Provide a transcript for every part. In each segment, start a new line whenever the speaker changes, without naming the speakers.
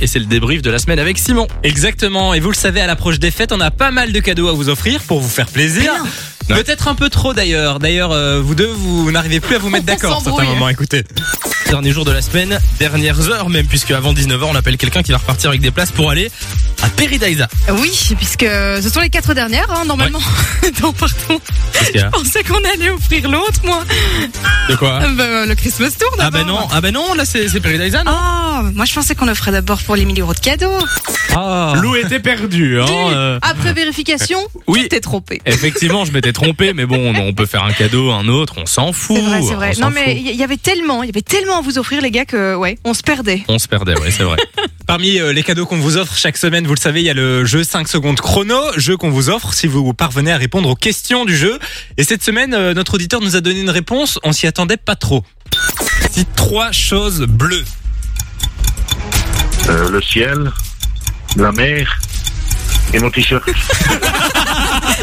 Et c'est le débrief de la semaine avec Simon.
Exactement, et vous le savez, à l'approche des fêtes, on a pas mal de cadeaux à vous offrir pour vous faire plaisir.
Mais non.
Peut-être un peu trop d'ailleurs. D'ailleurs, euh, vous deux, vous n'arrivez plus à vous mettre d'accord à certains
s'embrouille.
moments. Écoutez,
Dernier jour de la semaine, dernières heures même, puisque avant 19h, on appelle quelqu'un qui va repartir avec des places pour aller à Peridaisa.
Oui, puisque ce sont les quatre dernières, hein, normalement. non, pardon.
Qu'est-ce qu'il y a
Je pensais qu'on allait offrir l'autre, moi.
De quoi
Euh, bah, le Christmas Tour,
Ah
d'abord.
bah non, ah bah non, là c'est c'est Peridaisa, non
Ah, moi je pensais qu'on offrait d'abord pour les 1000 euros de cadeaux.
ah.
Lou était perdu, hein euh,
Après vérification,
Oui.
tu t'es trompé.
Effectivement, je m'étais trompé, mais bon, on peut faire un cadeau, un autre, on s'en fout.
C'est vrai, c'est
on
vrai.
s'en
Non
fout.
mais il y y avait tellement, il y avait tellement à vous offrir les gars que ouais, on se perdait.
On se perdait, ouais, c'est vrai.
parmi euh, les cadeaux qu'on vous offre chaque semaine, vous le savez, il y a le jeu 5 secondes chrono, jeu qu'on vous offre si vous parvenez à répondre aux questions du jeu. Et cette semaine, euh, notre auditeur nous a donné une réponse, on s'y attendait pas trop. Si trois choses bleues.
Euh, le ciel, la mer et mon t-shirt.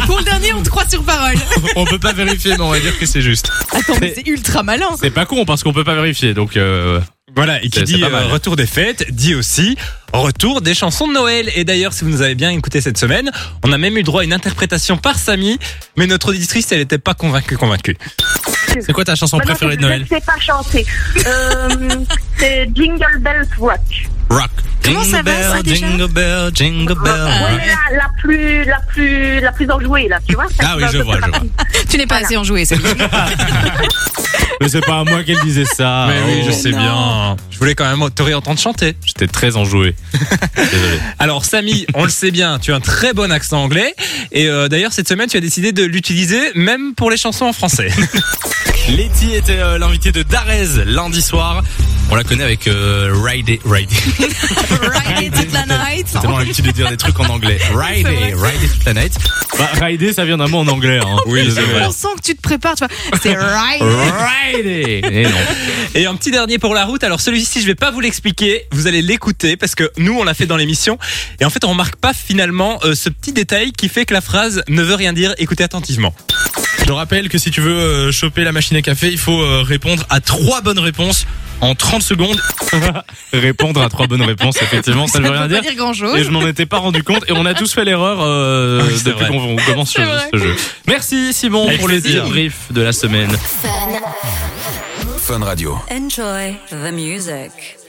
Pour le dernier, on te croit sur parole.
on peut pas vérifier, mais on va dire que c'est juste.
Attends, mais c'est ultra malin.
C'est pas con parce qu'on peut pas vérifier, donc euh,
Voilà, et qui
C'est- c'est
dit
pas mal. hein.
euh, retour des fêtes, dit aussi retour des chansons de Noël. Et d'ailleurs, si vous nous avez bien écouté cette semaine, on a même eu droit à une interprétation par Samy, mais notre auditrice, elle n'était pas convaincue, convaincue.
c'est quoi ta
Bah,
chanson
Maintenant,
préférée de Noël
Je ne sais pas chanter. Euh, c'est Jingle Bells Rock.
Rock.
Comment ça va, ça, déjà Ah,
Jingle bell, jingle bell.
Ouais,
rock.
mais la, la plus, la plus, la plus enjouée là, tu vois. ça
Ah
qui
oui,
va
je
un peu
vois, je
préparer.
Tu n'es pas assez enjoué, c'est
Mais c'est pas à moi qu'elle disait ça.
mais oui, je sais
non.
bien. Oh. Je voulais quand même te réentendre chanter.
J'étais très enjoué. Désolé.
Alors, Samy, on le sait bien, tu as un très bon accent anglais. Et euh, d'ailleurs, cette semaine, tu as décidé de l'utiliser même pour les chansons en français.
Letty était euh, l'invitée de Darez lundi soir. On la connaît avec euh, Ride It, Ride It.
Ride it toute la night.
C'est tellement l'habitude de dire des trucs en anglais. Ride It, Ride It toute la night. Bah, Ride It, ça vient d'un mot en anglais. Hein. Oui, c'est vrai.
On sent que tu te prépares, tu vois. C'est right.
Ride It. Et non.
Et un petit dernier pour la route. Alors celui-ci, je vais pas vous l'expliquer. Vous allez l'écouter parce que nous, on l'a fait dans l'émission. Et en fait, on remarque pas finalement euh, ce petit détail qui fait que la phrase ne veut rien dire. Écoutez attentivement.
Je rappelle que si tu veux euh, choper la machine à café, il faut euh, répondre à trois bonnes réponses en 30 secondes. répondre à trois bonnes réponses, effectivement, ça ne veut
veut
rien dire.
pas dire grand
Et
chose.
je m'en étais pas rendu compte et on a tous fait l'erreur euh,
Oui, c'est
depuis
vrai.
qu'on commence ce,
C'est vrai.
ce jeu. Merci Simon
Avec
pour le
plaisir.
débrief de la semaine.
Enjoy the music.